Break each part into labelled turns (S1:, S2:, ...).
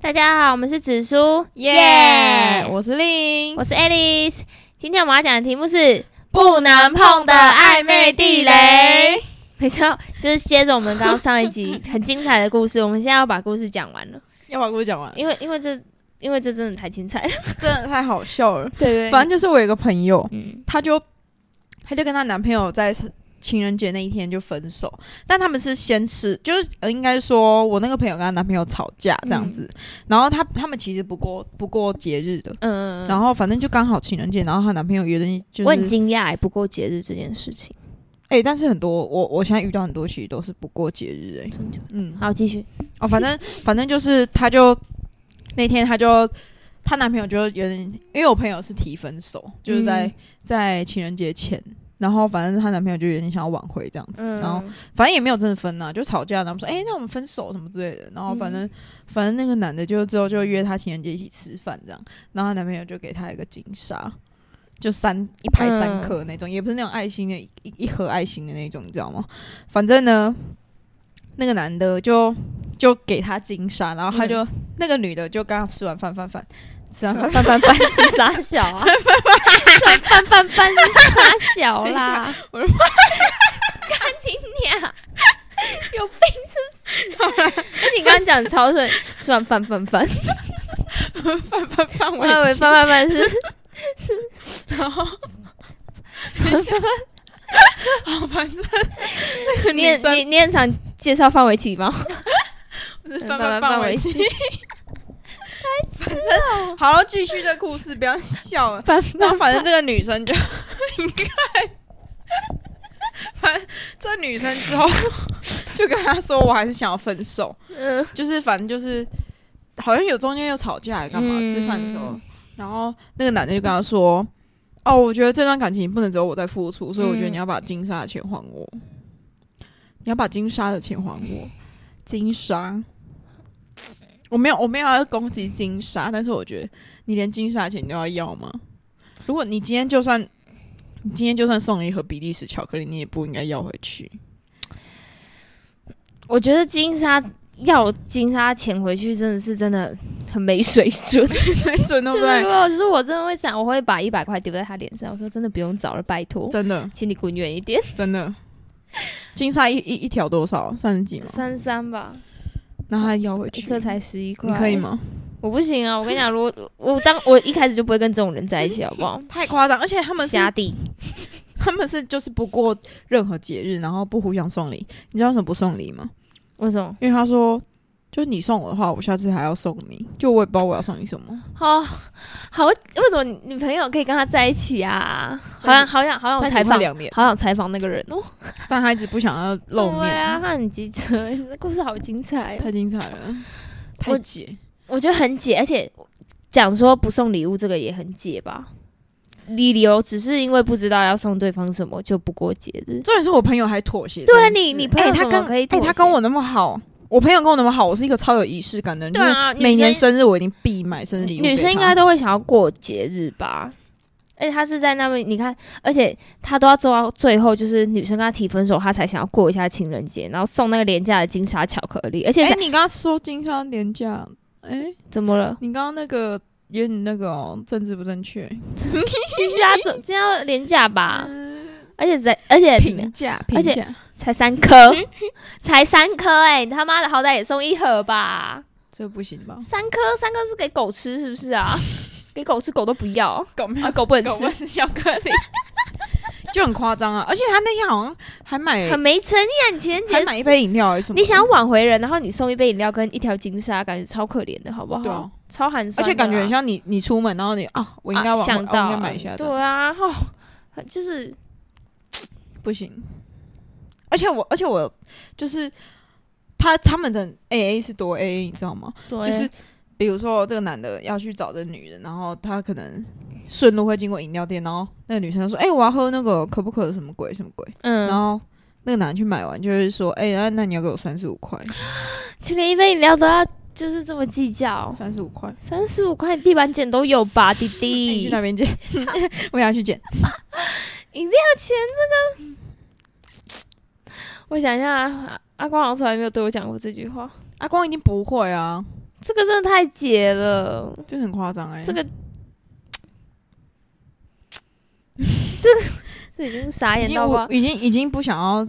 S1: 大家好，我们是紫苏，
S2: 耶、我是令，
S1: 我是 Alice。今天我们要讲的题目是
S2: 不能
S1: 碰的暧昧地雷。没错，就是接着我们刚刚上一集很精彩的故事，我们现在要把故事讲完了，
S2: 要把故事讲完，
S1: 因为因为这因为这真的太精彩了。
S2: 真的太好笑了。
S1: 对 对
S2: 反正就是我有一个朋友，
S1: 嗯，
S2: 她就她就跟她男朋友在情人节那一天就分手，但他们是先吃，就是呃应该说我那个朋友跟她男朋友吵架这样子，然后她他们其实不过不过节日的。
S1: 嗯，
S2: 然后反正就刚好情人节，然后她男朋友约的，就
S1: 我很
S2: 是
S1: 惊讶欸，不过节日这件事情，
S2: 哎、但是很多我我现在遇到很多其实都是不过节日哎、嗯，
S1: 好，继续，
S2: 哦，反正反正就是，她就那天她就她男朋友就有点，因为我朋友是提分手，就是在、
S1: 嗯
S2: 在情人节前，然后反正她男朋友就有点想要挽回这样子，
S1: 嗯，
S2: 然后反正也没有真的分呐、就吵架，然后说哎、那我们分手什么之类的，然后反正、反正那个男的就之后就约她情人节一起吃饭这样，然后她男朋友就给她一个金沙。就三一排三
S1: 嗯
S2: 颗那种，也不是那种爱心的一一一盒爱心的那种，你知道吗？反正呢，那个男的就就给她金沙，然后他就、那个女的就刚刚吃完饭饭饭，吃完饭饭饭饭，
S1: 是傻小啊，翻翻翻是傻小啦，
S2: 我的
S1: 干你娘！有病是不是？你刚刚讲超顺，吃完饭饭饭，
S2: 饭饭饭，
S1: 我
S2: 也
S1: 以为
S2: 吃
S1: 饭饭饭是
S2: 然后，好，反正那个
S1: 你
S2: 女
S1: 也
S2: 生
S1: 你你很常介绍范玮琪吗？
S2: 不是
S1: 范范
S2: 范范
S1: 范
S2: 范
S1: 玮
S2: 玮琪，反 正好了，继续这故事，不要 笑了。
S1: 范范
S2: 然后反正这个女生就， 你看，反正这女生之后 就跟他说，我还是想要分手，
S1: 嗯
S2: 就是反正就是好像有中间又吵架，还干嘛？
S1: 嗯
S2: 吃饭的时候，然后那个男的就跟他说。哦，我觉得这段感情不能只有我在付出，所以我觉得
S1: 嗯
S2: 你要把金莎的钱还我，你要把金莎的钱还我。金莎，我没有，我没有要攻击金莎，但是我觉得你连金莎的钱都要要吗？如果你今天就算你今天就算送了一盒比利时巧克力，你也不应该要回去。
S1: 我觉得金沙要金沙钱回去，真的是真的很没水准。
S2: 水准对
S1: 就
S2: 不
S1: 是如
S2: 对？
S1: 果是我真的会想，我会把一百块丢在他脸上，我说真的不用找了，拜 托，
S2: 真的，
S1: 请你滚远一点。
S2: 真的。金沙一一一条多少？三十几吗？
S1: 三三吧，
S2: 那他要回
S1: 一
S2: 去，
S1: 颗才十一块，
S2: 你可以？吗？
S1: 我不行啊！我跟你讲，如果我当我一开始就不会跟这种人在一起，好不好？
S2: 太夸张，而且他们是
S1: 瞎弟，
S2: 他们是就是不过任何节日，然后不互相送礼。你知道为什么不送礼吗？
S1: 为什么？
S2: 因为他说，就是你送我的话，我下次还要送你。就我也不知道我要送你什么。
S1: 哦，好，为什么你女朋友可以跟他在一起啊？好
S2: 在一
S1: 想
S2: 起
S1: 好想好想
S2: 在一起
S1: 采
S2: 快
S1: 访，
S2: 两年，
S1: 好想采访那个人哦。
S2: 但他一直不想要露面，
S1: 对啊，他很机车， 你的故事好精彩、哦。
S2: 太精彩了，
S1: 我
S2: 太解。
S1: 我觉得很解，而且讲说不送礼物这个也很解吧。理由只是因为不知道要送对方什么，就不过节日。
S2: 重点是我朋友还妥协，
S1: 对啊
S2: 真是
S1: 你你朋友
S2: 哎
S1: 怎
S2: 他
S1: 么
S2: 跟
S1: 可以
S2: 哎
S1: 妥
S2: 他
S1: 协
S2: 跟我那么好，我朋友跟我那么好，我是一个超有仪式感的人，
S1: 对啊
S2: 就是每
S1: 女
S2: 年
S1: 生
S2: 生日我一定必买生日礼物给他。
S1: 女生应该都会想要过节日吧？而且他是在那边，你看，而且他都要做到最后，就是女生跟他提分手，他才想要过一下情人节，然后送那个廉价的金沙巧克力。而且
S2: 哎、
S1: 在、
S2: 你刚刚说金沙廉价，哎、？
S1: 怎么了
S2: 你刚刚那个有点那个、哦、政治不正确，
S1: 金沙怎金沙廉价吧？而且在而哎且怎么样？
S2: 评价，
S1: 而
S2: 评
S1: 且
S2: 价，
S1: 才三颗，才三颗哎、你他妈的好歹也送一盒吧？
S2: 这不行吧？
S1: 三颗三颗是给狗吃是不是 啊？给狗吃狗都不要
S2: 搞没
S1: 啊，狗不能
S2: 搞
S1: 吃，
S2: 是巧克力，就很夸张啊！而且他那天好像还买
S1: 很没诚意啊！你情人节
S2: 还买一杯饮料还是什么？
S1: 你想要挽回人，然后你送一杯饮料跟一条金沙，感觉超可怜的，好不好？
S2: 对啊，
S1: 超寒酸的啊、
S2: 而且感觉很像你你出门然后你啊，我应该
S1: 啊
S2: 往、
S1: 想
S2: 我应
S1: 到
S2: 该买一下的，
S1: 对啊，哦，就是
S2: 不行。而且我而且我就是他他们的 A A 是多 A A，你知道吗？
S1: 就
S2: 就是比如说这个男的要去找这女人，然后他可能顺路会经过饮料店，然后那个女生就说：“哎、我要喝那个可不可什么鬼什么鬼。然
S1: 嗯，
S2: 后那个男的去买完，就是说：“哎、那那你要给我三十五块，
S1: 就连一杯饮料都要就是这么计较，
S2: 三十五块。
S1: 三十五块地板捡都有吧，弟
S2: 哎你
S1: 弟
S2: 去，那边捡，我想去捡。
S1: 饮料钱这个，我想一下啊，阿光好像从来没有对我讲过这句话。
S2: 阿光一定不会啊，
S1: 这个真的太解了，
S2: 就很夸张哎。
S1: 这个，这这已经傻
S2: 已
S1: 眼
S2: 经
S1: 到
S2: 我
S1: 爆。
S2: 已经已经不想要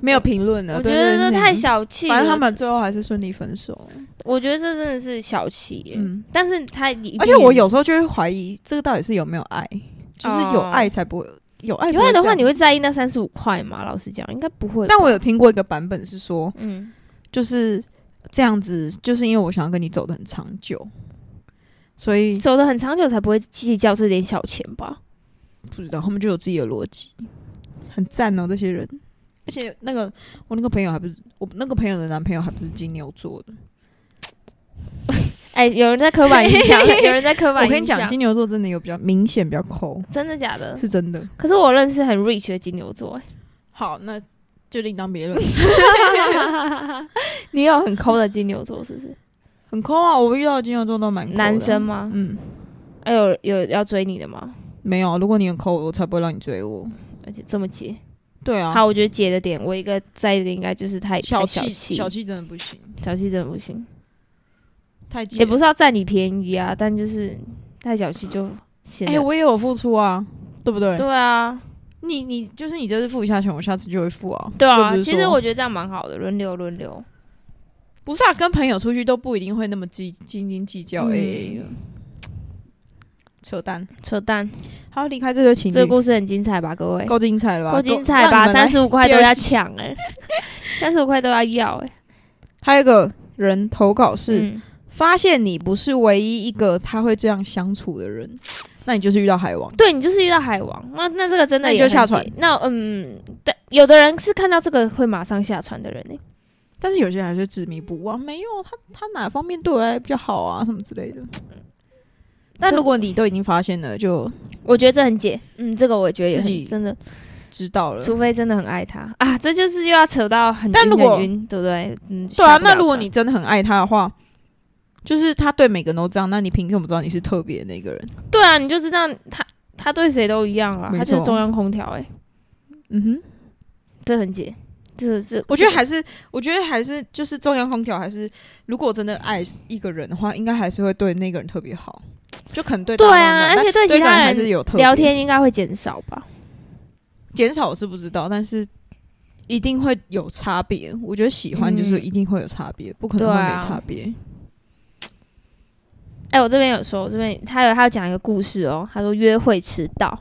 S2: 没有评论了。
S1: 我觉
S2: 对
S1: 得
S2: 对
S1: 这
S2: 对
S1: 太小气了，
S2: 反正他们最后还是顺利分手。
S1: 我觉得这真的是小气耶。
S2: 嗯，
S1: 但是他一定
S2: 而且我有时候就会怀疑，这个到底是有没有爱？就是有
S1: 哦
S2: 爱才不会有爱不
S1: 有
S2: 会
S1: 爱的
S2: 这
S1: 话，
S2: 样
S1: 你会在意那三十五块吗？老实讲，应该不会吧。
S2: 但我有听过一个版本是说，
S1: 嗯，
S2: 就是这样子，就是因为我想要跟你走得很长久，所以
S1: 走的很长久才不会计较这点小钱吧？
S2: 不知道他们就有自己的逻辑，很赞哦，这些人。而且那个我那个朋友还不是我那个朋友的男朋友还不是金牛座的，
S1: 哎、有人在刻板印象，有人在刻板
S2: 我
S1: 印象。
S2: 跟你讲，金牛座真的有比较明显比较抠，
S1: 真的假的？
S2: 是真的。
S1: 可是我认识很 rich 的金牛 座、
S2: 好，那就另当别论。
S1: 哎， 你有很抠的金牛座是不是？
S2: 很抠啊，我遇到的金牛座都蛮抠的
S1: 男生。吗？
S2: 嗯，
S1: 哎、有有要追你的吗？
S2: 没有，如果你很抠，我才不会让你追我。
S1: 而且这么解，
S2: 对啊，
S1: 好，我觉得解的点，我一个在意的应该就是太
S2: 小
S1: 太小
S2: 气，小气真的不行，
S1: 小气真的不行，
S2: 太气
S1: 也不
S2: 是。
S1: 是要占你便宜啊，但就是太小气就显
S2: 哎、
S1: 得、
S2: 我也有付出啊，对不对？
S1: 对啊，
S2: 你你就是你这次付一下钱，我下次就会付啊。
S1: 对
S2: 又不
S1: 啊，
S2: 是
S1: 其实
S2: 说
S1: 我觉得这样蛮好的，轮流轮流。
S2: 不是啊，跟朋友出去都不一定会那么计斤斤计较
S1: 嗯
S2: AA 的，扯淡。
S1: 扯淡，
S2: 还要离开这对情
S1: 这个
S2: 侣，
S1: 故事很精彩吧，各位，
S2: 够精彩了吧？
S1: 够精彩吧？
S2: 让你们来
S1: 三十五块都
S2: 第
S1: 要
S2: 二季
S1: 抢哎， 三十五块都要要哎、
S2: 还有一个人投稿是、
S1: 嗯
S2: 发现你不是唯一一个他会这样相处的人， 那你就是遇到海王。
S1: 对你就是遇到海王，那那这个真的
S2: 那你
S1: 也
S2: 就下
S1: 很解
S2: 船。
S1: 那嗯，但有的人是看到这个会马上下船的人欸呢、
S2: 但是有些人还是执迷不悟啊，没有他他哪方面对我还比较好啊，什么之类的。 但如果你都已经发现了，就
S1: 我觉得这很解，嗯，这个我觉得也很
S2: 自己
S1: 真的，
S2: 知道了。
S1: 除非真的很爱他 啊，这就是又要扯到很
S2: 但
S1: 晕
S2: 如果
S1: 很晕，对不对？嗯，
S2: 对
S1: 下
S2: 啊，
S1: 不了
S2: 那如果
S1: 船
S2: 你真的很爱他的话，就是他对每个人都这样，那你凭什么知道你是特别的那个人？
S1: 对啊，你就知道他他对谁都一样啊，
S2: 没
S1: 他就是
S2: 错
S1: 中央空调哎、
S2: 欸嗯哼，
S1: 这很解，这这
S2: 我觉得还是，我觉得还是就是中央空调，还是如果真的爱一个人的话，应该还是会对那个人特别好，就可能对
S1: 对
S2: 大家都那
S1: 啊，
S2: 样
S1: 而且
S2: 但
S1: 对
S2: 对
S1: 其
S2: 一个
S1: 他
S2: 人还是
S1: 人
S2: 有特别
S1: 聊天应该会减少吧？
S2: 减少我是不知道，但是一定会有差别。我觉得喜欢就是
S1: 嗯
S2: 一定会有差别，不可能会
S1: 对啊
S2: 没差别。嗯
S1: 哎、我这边有说，我这边他有他有讲一个故事哦，他说约会迟到，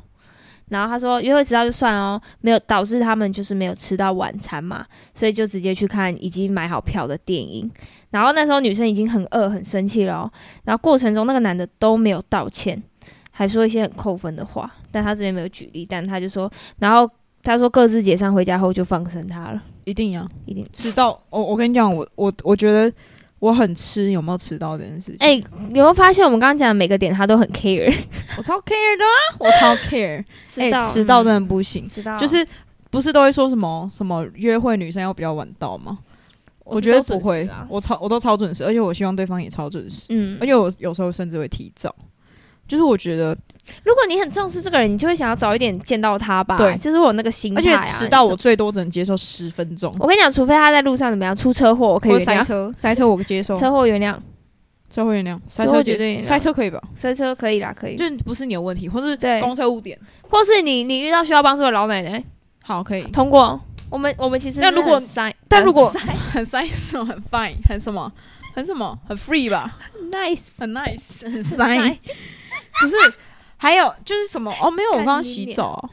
S1: 然后他说约会迟到就算哦，没有导致他们就是没有吃到晚餐嘛，所以就直接去看已经买好票的电影。然后那时候女生已经很饿很生气了、哦，然后过程中那个男的都没有道歉，还说一些很扣分的话，但他这边没有举例，但他就说，然后他说各自结账回家后就放生他了，
S2: 一定要
S1: 一定。
S2: 迟到。我、我跟你讲，我我我觉得我很吃有没有迟到这件事情。
S1: 哎、有没有发现我们刚刚讲的每个点他都很 care？
S2: 我超 care 的、啊，我超 care。哎、 嗯迟到真的不行，
S1: 嗯迟到
S2: 就是不是都会说什么什么约会女生要比较晚到吗？我觉得不会，我超我都啊超准时，而且我希望对方也超准时，
S1: 嗯
S2: 而，且我有时候甚至会提早。就是我觉得，
S1: 如果你很重视这个人，你就会想要早一点见到他吧。
S2: 对
S1: 就是我那个心态、
S2: 而
S1: 啊。
S2: 且迟到我
S1: 你知
S2: 最多只能接受十分钟
S1: 道，，我跟你讲，除非他在路上怎么样出车祸，我可以
S2: 或者
S1: 原
S2: 塞
S1: 谅。
S2: 车，塞车我接受，
S1: 车祸原谅，
S2: 车会原谅，塞
S1: 车
S2: 车
S1: 会
S2: 接
S1: 绝对原谅
S2: 塞车可以吧？
S1: 塞车可以啦，可以。
S2: 就不是你的问题，或是
S1: 对
S2: 公车误点，
S1: 或是你你遇到需要帮助的老奶奶，
S2: 好可以。
S1: 通过我们我们其实
S2: 那如果
S1: 是很塞，
S2: 但如果
S1: 很塞
S2: 很塞什么？很 fine，很什么？很什么？很 free 吧？
S1: nice
S2: 很 nice，很
S1: 塞
S2: 塞。不是，还有就是什么？哦，没有，我
S1: 干
S2: 刚刚
S1: 你
S2: 洗
S1: 脸
S2: 澡啊，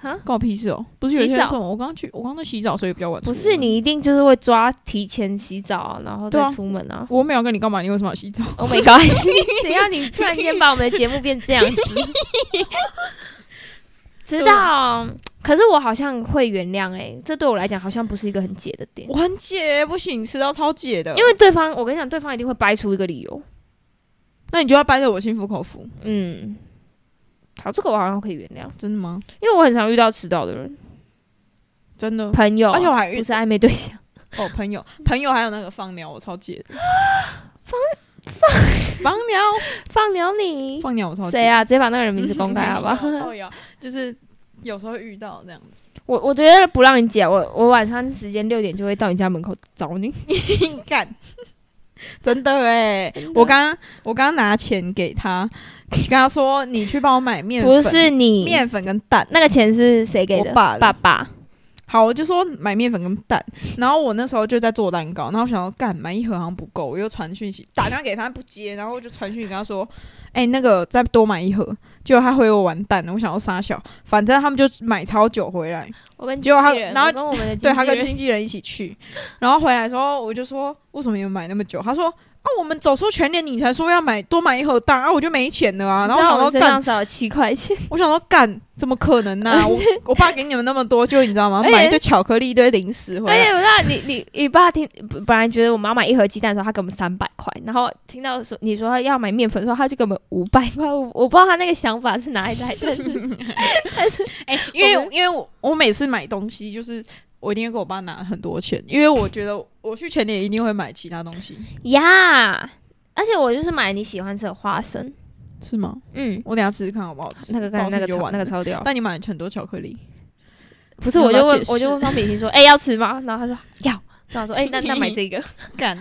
S1: 哈，
S2: 关我屁事哦。不是有
S1: 洗
S2: 些人
S1: 澡
S2: 说我刚刚去，我刚刚在洗澡，所以比较晚出
S1: 不
S2: 门。
S1: 是你一定就是会抓提前洗澡啊、然后
S2: 对
S1: 再
S2: 啊
S1: 出门啊。
S2: 我没有跟你干嘛，你为什么要洗澡？
S1: Oh my god！谁让你突然间把我们的节目变这样子？知
S2: 啊
S1: 道，可是我好像会原谅哎、这对我来讲好像不是一个很解的点
S2: 我，啊很解，不行，迟到超解的。
S1: 因为对方，我跟你讲，对方一定会掰出一个理由。
S2: 那你就要掰着我心服口服，
S1: 嗯，好，这个我好像可以原谅，
S2: 真的吗？
S1: 因为我很常遇到迟到的人，
S2: 真的。
S1: 朋友啊，
S2: 而且我还遇
S1: 不是暧昧对象，
S2: 哦，朋友，朋友还有那个放鸟，我超解 的。放放放鸟，
S1: 放鸟你
S2: 放鸟，我超解
S1: 谁？啊？直接把那个人名字 公开好不好？
S2: 哦有，就是有时候遇到这样子，
S1: 我我觉得不让你解，我我晚上时间六点就会到你家门口找你。
S2: 干，真的哎、我刚我刚拿钱给他，跟他说你去帮我买面粉，
S1: 不是你
S2: 面粉跟蛋。
S1: 那个钱是谁给的？
S2: 我爸的
S1: 爸爸。
S2: 好，我就说买面粉跟蛋，然后我那时候就在做蛋糕，然后我想要干买一盒好像不够，我又传讯息打电话给他不接，然后我就传讯息跟他说，哎、那个再多买一盒，结果他回我完蛋了，我想要杀小，反正他们就买超久回来，
S1: 我跟
S2: 结果他
S1: 经纪人
S2: 然后
S1: 我跟我们的
S2: 对他跟
S1: 经纪人
S2: 经纪人一起去，然后回来的时候我就说为什么你们买那么久？他说啊我们走出全年你才说要买多买一盒蛋啊我就没钱了啊，然
S1: 嗯你知
S2: 后
S1: 道我
S2: 我
S1: 们
S2: 想说
S1: 身
S2: 干
S1: 上，少了七块钱，
S2: 我想说干怎么可能呢、 我我爸给你们那么多，就你知道吗？
S1: 而且
S2: 买一堆巧克力一堆零食回
S1: 而
S2: 来
S1: 且。我知道你你你爸听本来觉得我们要买一盒鸡蛋的时候，他给我们三百块，然后听到说你说要买面粉的时候，他就给我们五百块。我我不知道他那个想法是哪里来，但是但是
S2: 哎、因为
S1: 我们
S2: 因为我我每次买东西就是我一定会给我爸拿很多钱，因为我觉得我去全年一定会买其 他东西，
S1: 呀而且我就是买你喜欢吃的花生，
S2: 是吗？
S1: 嗯，
S2: 我等一下试试看好不好吃。
S1: 那个
S2: 不好
S1: 干
S2: 吃
S1: 那个
S2: 就
S1: 超
S2: 完
S1: 那个
S2: 了
S1: 超屌。
S2: 但你买了很多巧克 力，
S1: 不是，
S2: 你
S1: 我
S2: 要不要
S1: 就问
S2: 解释
S1: 我就问方炳鑫 说，哎、要吃吗？然后他说要，然后我说哎、那那买这个。
S2: 干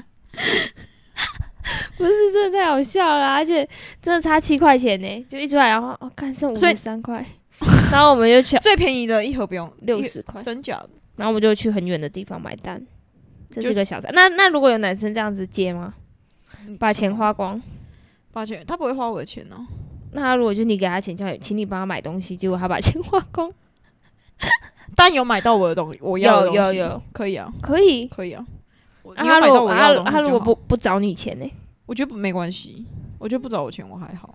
S1: 不是，真的太好笑了啊、而且真的差七块钱呢，就一出来，然后哦，看剩五
S2: 所以
S1: 十三块， 然后我们就 去
S2: 最便宜的一盒不用
S1: 六，
S2: 一
S1: 十块，
S2: 真假的？
S1: 然后我们就去很远的地方买单，这
S2: 就是
S1: 个小三。那那如果有男生这样子接吗？
S2: 嗯
S1: 把
S2: 什么
S1: 钱花光，
S2: 把钱，他不会花我的钱哦呢、
S1: 那他如果就你给他钱，叫你请你帮他买东西，结果他把钱花光，
S2: 但有买到我的东西，我要的
S1: 有
S2: 东西
S1: 有有，
S2: 可以啊，
S1: 可以。
S2: 可以啊。我
S1: 啊、
S2: 你有
S1: 他
S2: 买
S1: 如
S2: 到
S1: 果
S2: 我
S1: 啊
S2: 要的东
S1: 他
S2: 西
S1: 他如果
S2: 就好
S1: 不不找你钱呢、
S2: 我觉得不没关系，我觉得不找我钱我还好。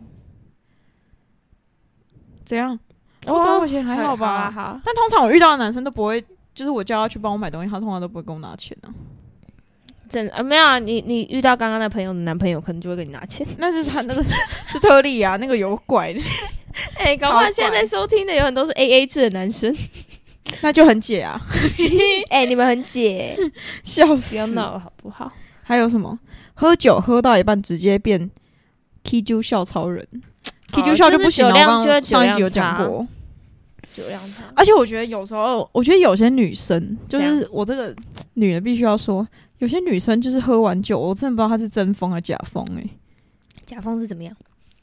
S2: 怎样？不找我
S1: 哦，
S2: 钱还好吧？
S1: 好啊好啊
S2: 但通常我遇到的男生都不会，就是我叫他去帮我买东西，他通常都不会跟我拿钱啊。
S1: 真啊没有啊，你你遇到刚刚那朋友的男朋友，可能就会给你拿钱。
S2: 那就是他那个 是特例啊，那个有拐的，
S1: 哎、搞不好
S2: 超
S1: 现在
S2: 怪
S1: 在收听的有很多是 A A 制的男生。
S2: 那就很解啊，
S1: 哎、你们很解，
S2: 笑
S1: 不
S2: 死！
S1: 要闹了好不好？
S2: 还有什么？喝酒喝到一半直接变 K 酒笑超人，K 酒笑不行了。啊
S1: 酒量
S2: 我刚
S1: 哦就会
S2: 刚
S1: 酒
S2: 上一
S1: 量
S2: 集有讲过，
S1: 酒量差。
S2: 而且我觉得有时候，我觉得有些女生就
S1: 怎
S2: 是我这个女人必须要说，有些女生就是喝完酒，我真的不知道她是真疯还是假疯哎、
S1: 甲方是怎么样？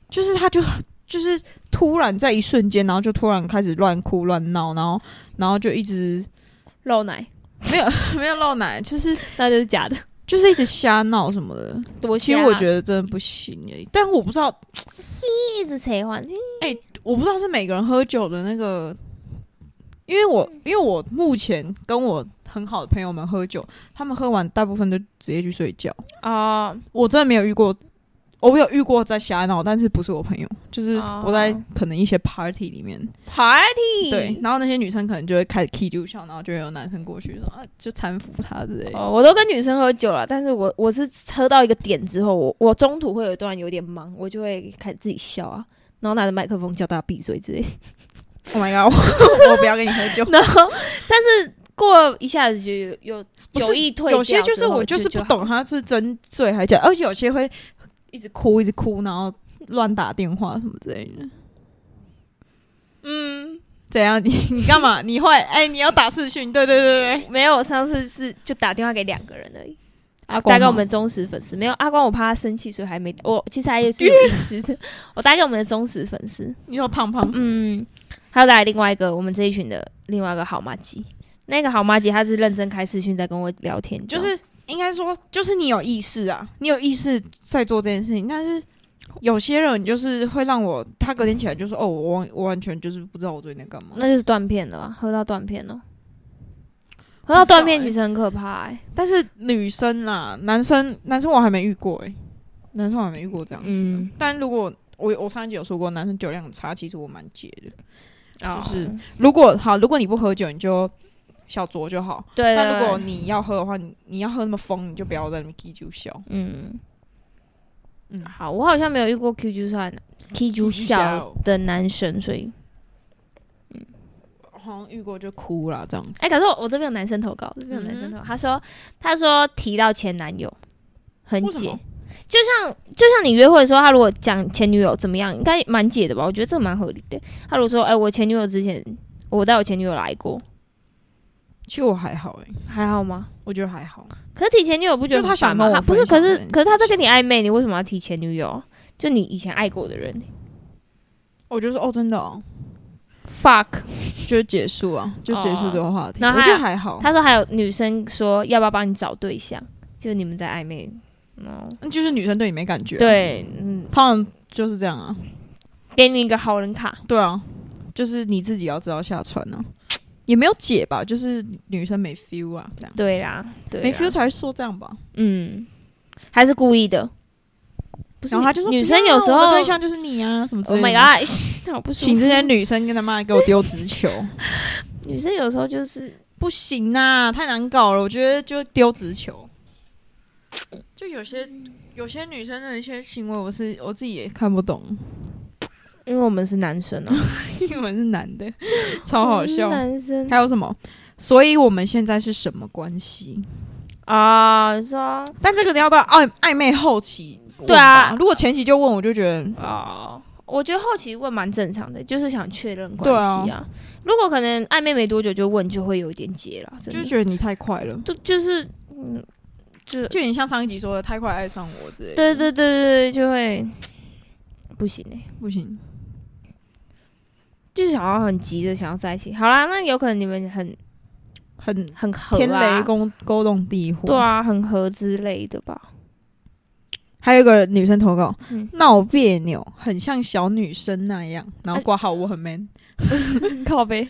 S2: 就是他就就是突然在一瞬间，然后就突然开始乱哭乱闹，然后然后就一直
S1: 漏奶，
S2: 没有 没有露奶，就是
S1: 那就是假的。
S2: 就是一直瞎闹什么的。
S1: 多
S2: 其实我觉得真的不行耶，但我不知道，
S1: 一直扯谎，
S2: 我不知道是每个人喝酒的那个，因为我因为我目前跟我很好的朋友们喝酒，他们喝完大部分都直接去睡觉，
S1: 哦，
S2: 我真的没有遇过。我有遇过在瞎闹，但是不是我朋友，就是
S1: 哦
S2: 我在可能一些 party 里面，
S1: party
S2: 对，，然后那些女生可能就会开始 key 就笑，然后就会有男生过去说啊，就搀扶她之类的。
S1: 哦，我都跟女生喝酒了，但是我我是喝到一个点之后，我我中途会有一段有点忙，我就会开始自己笑啊，然后拿着麦克风叫大家闭嘴 之类的。
S2: Oh my god，我我不要跟你喝酒。
S1: 然后，但是过一下子就有有
S2: 不是
S1: 酒意退掉
S2: 有些就
S1: 之
S2: 是
S1: 后
S2: 我
S1: 就
S2: 就是不
S1: 好
S2: 懂他是真醉还是假，而且有些会一直哭一直哭，然后乱打电话什么之类的。
S1: 嗯，
S2: 怎样？你 你干嘛？你会？哎、你要打视讯？对对对 对，
S1: 没有，我上次是就打电话给两个人而已，
S2: 阿光
S1: 大概我
S2: 吗
S1: 们忠实粉丝没有阿光，我怕他生气，所以还没我其实还是有意识 的，我打给我们的忠实粉丝，
S2: 你说胖胖，
S1: 嗯，还有打给另外一个我们这一群的另外一个好妈鸡，那个好妈鸡她是认真开视讯在跟我聊天，
S2: 就
S1: 你知道吗
S2: 是应该说就是你有意识啊，你有意识在做这件事情，但是。有些人就是会让我，他隔天起来就说：“哦，我完我完全就是不知道我昨天在干嘛。”
S1: 那就是断片了啊，喝到断片了。喝到断片
S2: 不知道欸
S1: 其实很可怕、欸，
S2: 但是女生啦，男生男生我还没遇过哎、男生我还没遇过这样子。
S1: 嗯，
S2: 但如果我我上一集有说过，男生酒量很差，其实我蛮解的。
S1: 哦
S2: 就是如果好，如果你不喝酒，你就小酌就好。
S1: 对
S2: 但
S1: 对
S2: 如果
S1: 对
S2: 你要喝的话，你你要喝那么疯，你就不要在那边啤酒笑。
S1: 嗯
S2: 嗯，
S1: 好，我好像没有遇过 QQ 算 QQ 小的男生，所以
S2: 好像遇过就哭啦这样子。
S1: 哎、可是我我这边有男生投稿，这边有男生
S2: 嗯
S1: 投稿，他说他说提到前男友很
S2: 为什
S1: 解
S2: 么，
S1: 就像就像你约会的时候，他如果讲前女友怎么样，应该蛮解的吧？我觉得这蛮合理的。他如果说，哎、我前女友之前我带我前女友来过，
S2: 其实我还好哎、
S1: 还好吗？
S2: 我觉得还好。
S1: 可是提前女友不觉得
S2: 就
S1: 很
S2: 他
S1: 烦
S2: 想
S1: 吗？
S2: 跟我
S1: 他不是，
S2: 分享
S1: 可是
S2: 这件
S1: 可是他在
S2: 事情
S1: 跟你暧昧，你为什么要提前女友？就你以前爱过的人
S2: 我就说哦，真的哦，
S1: ，fuck。
S2: 就结束啊，就结束这个话题。
S1: 然后
S2: 我
S1: 还
S2: 觉得还好，
S1: 他说还有女生说要不要帮你找对象，就你们在暧昧。哦，
S2: 那就是女生对你没感觉、，
S1: 对，嗯，
S2: 胖就是这样啊，
S1: 给你一个好人卡，
S2: 对啊，就是你自己要知道下船啊，也没有解吧，就是女生没 feel 啊，这样
S1: 对啦，对啦，啊
S2: 没 feel 才会说这样吧。
S1: 嗯，还是故意的。不是啊
S2: 然后他就说
S1: 女
S2: 不
S1: 生
S2: 要
S1: 有时
S2: 我
S1: 候
S2: 的对象就是你啊，什么之
S1: Oh
S2: 类的。
S1: my god，那我不舒服
S2: 请这些女生跟他妈给我丢直球，
S1: 女生有时候就是
S2: 不行啊，太难搞了。我觉得就丢直球，就有些有些女生的一些行为，我是我自己也看不懂，
S1: 因为我们是男生啊，嗯
S2: 因为我是男的， 超好笑。
S1: 男生
S2: 还有什么？所以我们现在是什么关系？
S1: 啊，你说
S2: 但这个要到暧暧昧后期问吧。
S1: 对啊
S2: 如果前期就问，我就觉得
S1: 哦，我觉得后期问蛮正常的，就是想确认关
S2: 对啊
S1: 系啊。如果可能暧昧没多久就问，就会有一点结了，真
S2: 就是
S1: 的。
S2: 觉得你太快了，
S1: 就就是嗯，就
S2: 就有点像上一集说的太快爱上我之类的。
S1: 对对对对对，就会不行哎、
S2: 不行，
S1: 就是想要很急着想要在一起。好啦，那有可能你们很
S2: 很
S1: 很合、啊，
S2: 天雷勾勾动地火。
S1: 对啊，很合之类的吧。
S2: 还有一个女生投稿
S1: 嗯，
S2: 闹、别扭，很像小女生那样，然后挂号我很 man。
S1: 靠呗，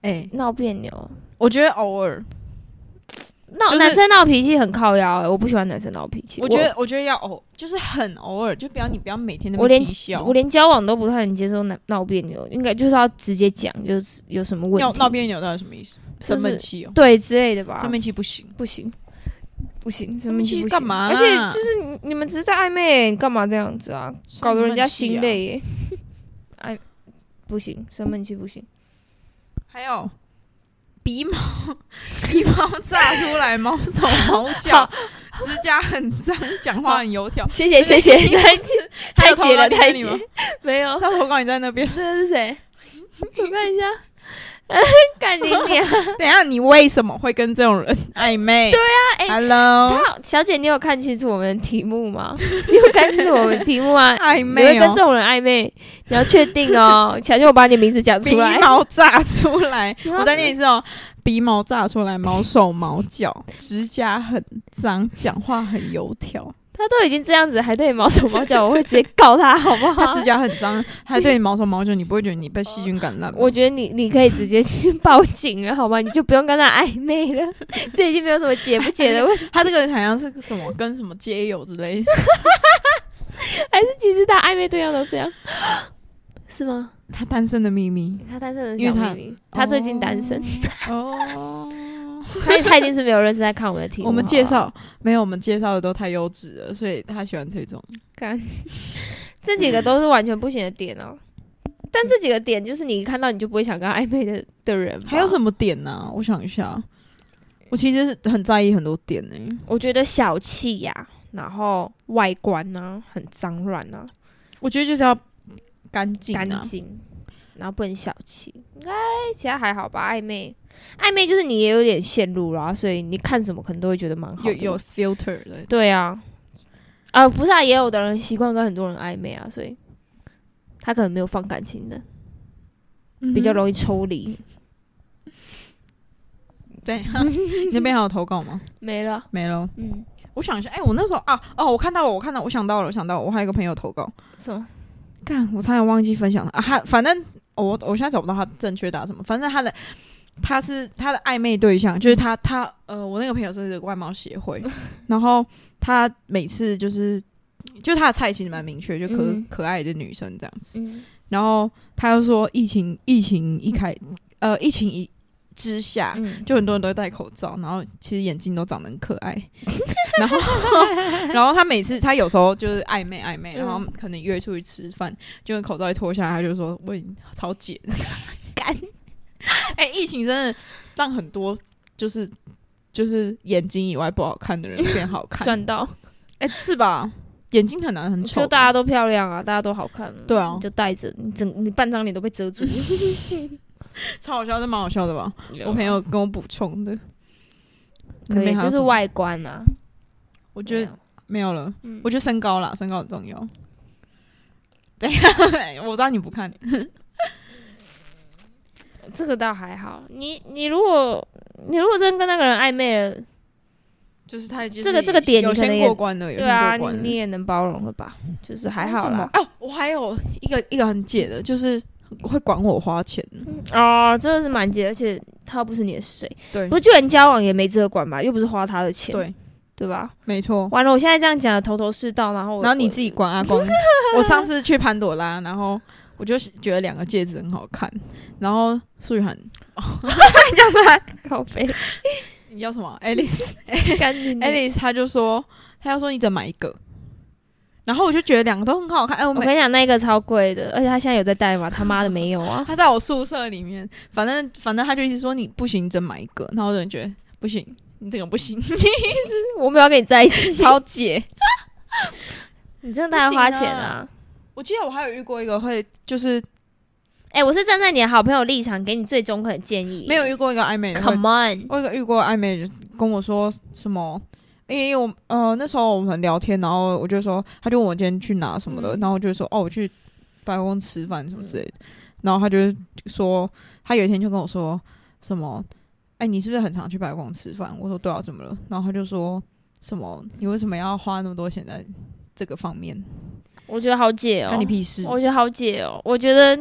S2: 哎、
S1: 闹别扭，
S2: 我觉得偶尔，
S1: 闹、
S2: 就是
S1: 男生闹脾气很靠腰、欸，我不喜欢男生闹脾气。
S2: 我觉得我觉得要偶，就是很偶尔，就不要你不要每天那
S1: 我
S2: 么
S1: 连
S2: 低笑
S1: 我，连交往都不太能接受闹闹别扭，应该就是要直接讲，就是有什么问
S2: 闹
S1: 题，
S2: 闹别扭到底什么意思？
S1: 就是
S2: 生闷气哦，
S1: 对之类的吧
S2: 生。闷气不行，
S1: 不行，不行，
S2: 生闷气
S1: 不行
S2: 干嘛啦？啊
S1: 而且就是你你们只是在暧昧，你干嘛这样子啊？搞得人家心
S2: 生闷气啊。
S1: 累耶。 哎，不行，生闷气不行。
S2: 还有鼻毛， 鼻毛炸出来，毛手毛脚
S1: 好，
S2: 指甲很脏，讲话很油条。
S1: 谢谢谢谢， 太
S2: 他
S1: 太
S2: 有投
S1: 解
S2: 稿
S1: 了
S2: 你
S1: 太
S2: 在你
S1: 解
S2: 吗，
S1: 没有。
S2: 他投稿你在那边。
S1: 这是 谁？我看一 下，啊干你娘！
S2: 等一下，你为什么会跟这种人暧昧？对啊、
S1: 哎
S2: h e l l o
S1: 他小姐，你有看清楚我们的题目 吗？你有看清楚我们的题目吗？
S2: 暧
S1: 你会跟
S2: 昧、
S1: 这
S2: 哦，
S1: 种人暧昧，你要确定 哦。小心我把你名字讲
S2: 鼻
S1: 出来。
S2: 毛炸出 来，
S1: 你要
S2: 我再念一次哦，鼻毛炸出来，毛手毛脚，指甲很脏，讲话很油条，
S1: 他都已经这样子，还对你毛手毛脚，我会直接告他，好不好啊
S2: 他？指甲很脏，还对你毛手毛脚，你不会觉得你被细菌感染吗？
S1: 我觉得你你可以直接去报警了，好吗？你就不用跟他暧昧了，这 已经没有什么解不解的问题。
S2: 他这个好像是什么跟什么街友之类的，
S1: 还是其实他暧昧对象都这样， 是吗？
S2: 他单身的秘密
S1: 他单身的
S2: 因
S1: 小
S2: 为他
S1: 秘密，他最近单身，
S2: 哦。
S1: 他他一定是没有认真在看我们的题目。
S2: 我们介
S1: 好吧
S2: 绍没有，我们介绍的都太优质了，所以他喜欢这种。
S1: 干这几个都是完全不行的点哦、但这几个点就是你一看到你就不会想跟他暧昧的的人。
S2: 还有什
S1: 么？
S2: 么点呢、我想一下，我其实是很在意很多点呢、
S1: 我觉得小气呀、然后外观呢、很脏乱啊，
S2: 我觉得就是要干净、啊，
S1: 干净，然后不能小气，应该其他还好吧？暧昧，暧昧就是你也有点陷入啦，所以你看什么可能都会觉得蛮好
S2: 有
S1: 的。
S2: 有 filter 的。
S1: 对啊，啊、不是啊，也有的人习惯跟很多人暧昧啊，所以他可能没有放感情的，
S2: 嗯
S1: 比较容易抽离。
S2: 对、啊 你那边还有投稿吗？
S1: 没了，
S2: 没了。
S1: 嗯，
S2: 我想一下，哎、我那时候啊，哦，我看到了，我看到，我想到了，我想到了，我还有一个朋友投稿，
S1: 什么？
S2: 干，我差点忘记分享了啊！他反正、哦我我现在找不到他正确答什么，反正他的他是他的暧昧对象，就是他他呃，我那个朋友是个外貌 协会，然后他每次就是就他的菜其实蛮明确，就可、
S1: 嗯
S2: 可爱的女生这样子，
S1: 嗯，
S2: 然后他又说疫情疫情一开呃疫情一之下，
S1: 嗯
S2: 就很多人都会戴口罩，然后其实眼睛都长得很可 爱，然后 然后他每次他有时候就是暧昧暧昧，
S1: 嗯
S2: 然后可能约出去吃饭，就口罩一脱下来，他就说我已经超解 干， 哎、疫情真的让很多就是就是眼睛以外不好看的人变好看，
S1: 赚到，
S2: 哎、是吧？眼睛很难很丑
S1: 就，大家都漂亮啊，大家都好看、
S2: 对啊
S1: 你就带着你整你半张脸都被遮住。
S2: 嗯 超好笑，这蛮好笑的吧？我朋友跟我补充的。
S1: 啊可
S2: 你妹
S1: 以，
S2: 还有
S1: 就是
S2: 什么
S1: 外观啊。
S2: 我觉得没有了，
S1: 嗯
S2: 我觉得身高啦，身高很重要。对， 我知道你不看，
S1: 这个倒还好。你你如果你如果真跟那个人暧昧了，
S2: 就是他已经
S1: 这个这个点
S2: 有
S1: 你可能
S2: 先
S1: 也
S2: 过关了，有
S1: 对
S2: 先
S1: 啊，
S2: 过
S1: 你
S2: 关了
S1: 你也能包容了吧？就是还好
S2: 什么
S1: 啦。
S2: 哦，我还有一个一个很解的，就是会管我花钱。
S1: 哦，这个是蛮解，而且他又不是你的谁，
S2: 对
S1: 不，是就连交往也没资格管吧？又不是花他的钱，
S2: 对，
S1: 对吧？
S2: 没错。
S1: 完了，我现在这样讲的头头是道，然后我
S2: 然后你
S1: 我
S2: 自己 管阿公。我上次去潘朵拉，然后我就觉得两个戒指很好看，然后素雨涵，
S1: 你叫什么？ 靠 背，哎
S2: 你叫什么 ？Alice，Alice，
S1: 赶紧的。
S2: 她就说，她就说你只买一个。然后我就觉得两个都很好看，哎，我
S1: 我
S2: 每
S1: 跟你讲，那个超贵的，而且他现在有在戴吗？他 妈的没有啊！
S2: 他在我宿舍里面，反正反正他就一直说你不行，你只买一个。然后我就觉得不行，你这个不行，
S1: 我没有要跟你在一起，
S2: 超解。
S1: 你真的太爱花钱啊！
S2: 我记得我还有遇过一个会，就是
S1: 哎、我是站在你的好朋友立场给你最中肯的建议，
S2: 没有遇过一个暧昧的会，
S1: Come on，
S2: 我有一个遇过暧昧的人跟我说什么。因为我呃那时候我们聊天，然后我就说，他就问我今天去哪什么的，
S1: 嗯
S2: 然后我就说哦我去白宫吃饭什么之类的，然后他就说他有一天就跟我说什么，哎你是不是很常去白宫吃饭？我说对啊，怎么了？然后他就说什么你为什么要花那么多钱在这个方面？
S1: 我觉得好解哦
S2: 干你，屁事！
S1: 我觉得好解哦，我觉得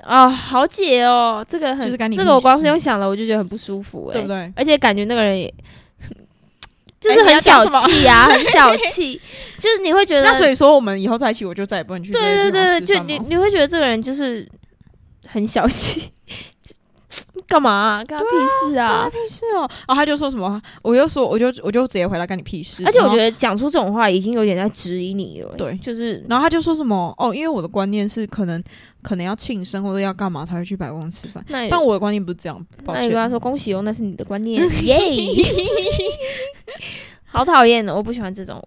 S1: 啊、好解哦，这个很，
S2: 就是干你
S1: 这个我光
S2: 屁
S1: 是
S2: 事
S1: 用想了我就觉得很不舒服、哎，
S2: 对不对？
S1: 而且感觉那个人也就是
S2: 哎你
S1: 很
S2: 要讲
S1: 小
S2: 什么
S1: 气呀、很小气，就是你会觉得
S2: 那所以说我们以后在一起，我就再也不能去这
S1: 对
S2: 些
S1: 对
S2: 地
S1: 对，
S2: 方吃
S1: 就
S2: 饭
S1: 你
S2: 吗
S1: 你会觉得这个人就是很小气，就干嘛、啊？干他屁事啊！
S2: 是哦，然后他就说什么，我就说，我就我就直接回来干你屁事。
S1: 而且我
S2: 然
S1: 觉得
S2: 后，
S1: 讲出这种话已经有点在质疑你了、
S2: 对
S1: 就是
S2: 然后他就说什么，哦，因为我的观念是可能可能要庆生或者要干嘛才会去白宫吃饭，
S1: 那也
S2: 但我的观念不是这样，抱
S1: 那
S2: 歉
S1: 你跟。他说恭喜哦，那是你的观念，耶！好讨厌哦，我不喜欢这种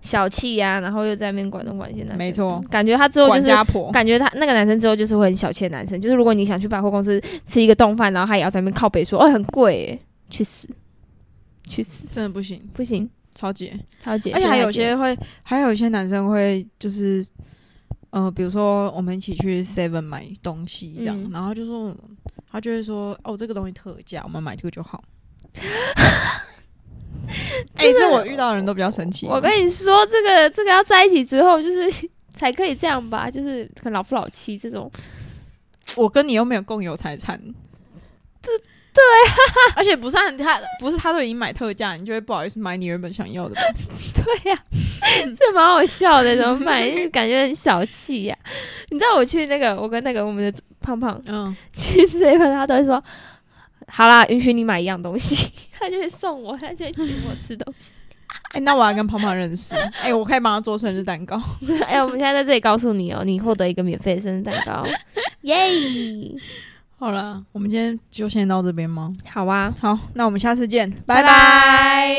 S1: 小气呀、然后又在那边管东管西的男生。
S2: 没错
S1: 感觉他之后就
S2: 管
S1: 是
S2: 家婆，
S1: 感觉他那个男生之后就是会很小气的男生，就是如果你想去百货公司吃一个冻饭，然后他也要在那边靠北说哦很贵耶，去死，去死，
S2: 真的不行，
S1: 不行，
S2: 超级。
S1: 超姐，
S2: 而且还有
S1: 这个
S2: 些会，还有一些男生会就是，呃，比如说我们一起去 Seven 买东西这样，
S1: 嗯
S2: 然后就说他就会说，哦，这个东西特价，我们买这个 就好。哎、是我遇到的人都比较神奇。
S1: 我跟你说，这个这个要在一起之后，就是 才可以这样吧，就是很老夫老妻这种。
S2: 我跟你又没有共有财产，这对 啊，而且不是啊他，不是他都已经买特价，你就会不好意思买你原本想要的吧？
S1: 对呀、这蛮好笑的，怎么办？就是感觉很小气呀、你知道我去那个，我跟那个我们的胖胖
S2: 嗯，
S1: 去 seven，他都会说，好啦，允许你买一样东西， 他就会送我，他就会请我吃东西。
S2: 哎、那我要跟胖胖认识，哎、我可以帮他做生日蛋糕。
S1: 哎、我们现在在这里告诉你哦，你获得一个免费的生日蛋糕， 耶！
S2: 好了，我们今天就先到这边吗？
S1: 好啊，
S2: 好，那我们下次见，
S1: 拜
S2: 拜拜
S1: 拜。